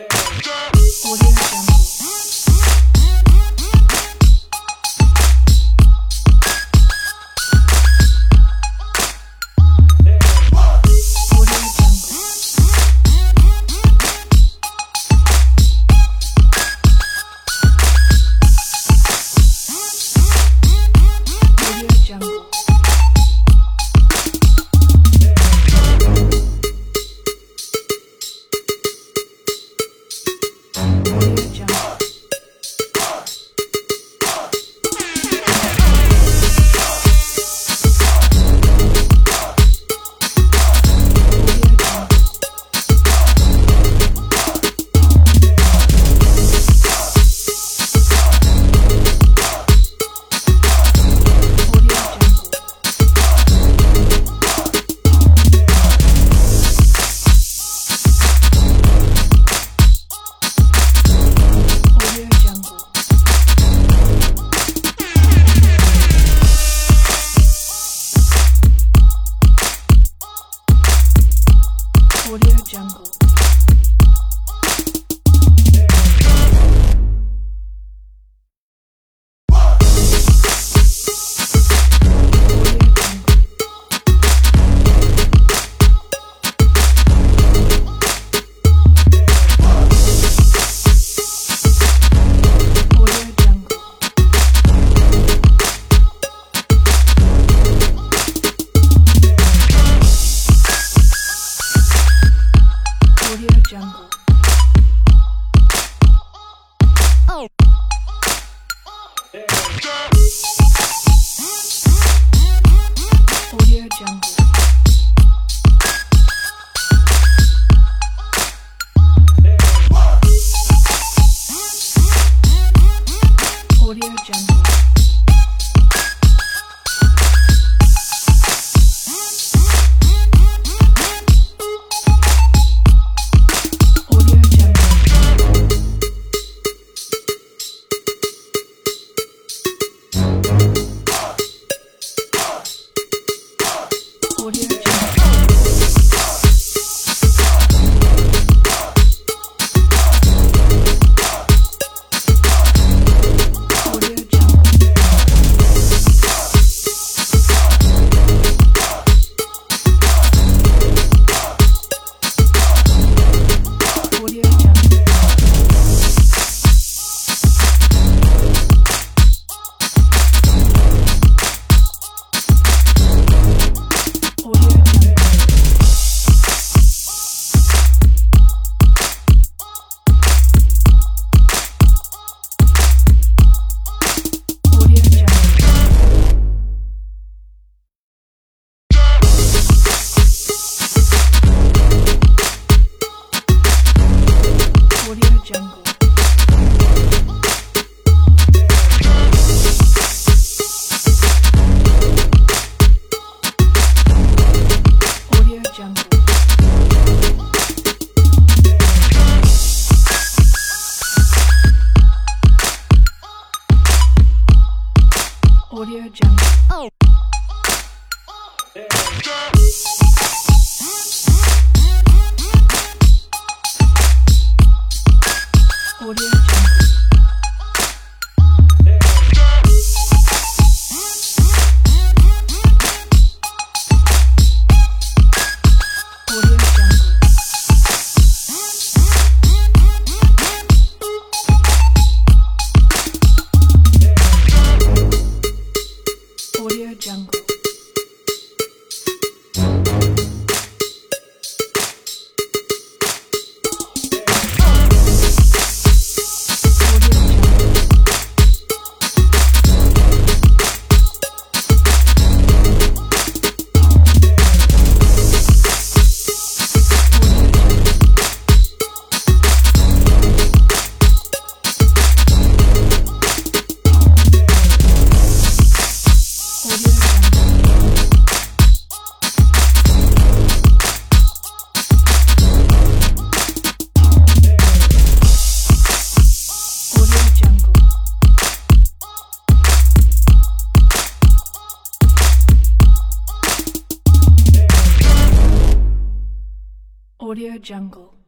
我给你宣布，我给你宣布，我给你宣布，我给你宣布。Audio Jungle. Audio Jungle. Audio Jungle. Audio Jungle. Audio Jungle. Audio Jungle. Audio Jungle. Audio Jungle. Audio Jungle. Audio Jungle. Audio Jungle. Audio Jungle. Audio Jungle. Audio Jungle. Audio Jungle. Audio Jungle. Audio Jungle. Audio Jungle. Audio Jungle. Audio Jungle. Audio Jungle. Audio Jungle. Audio Jungle.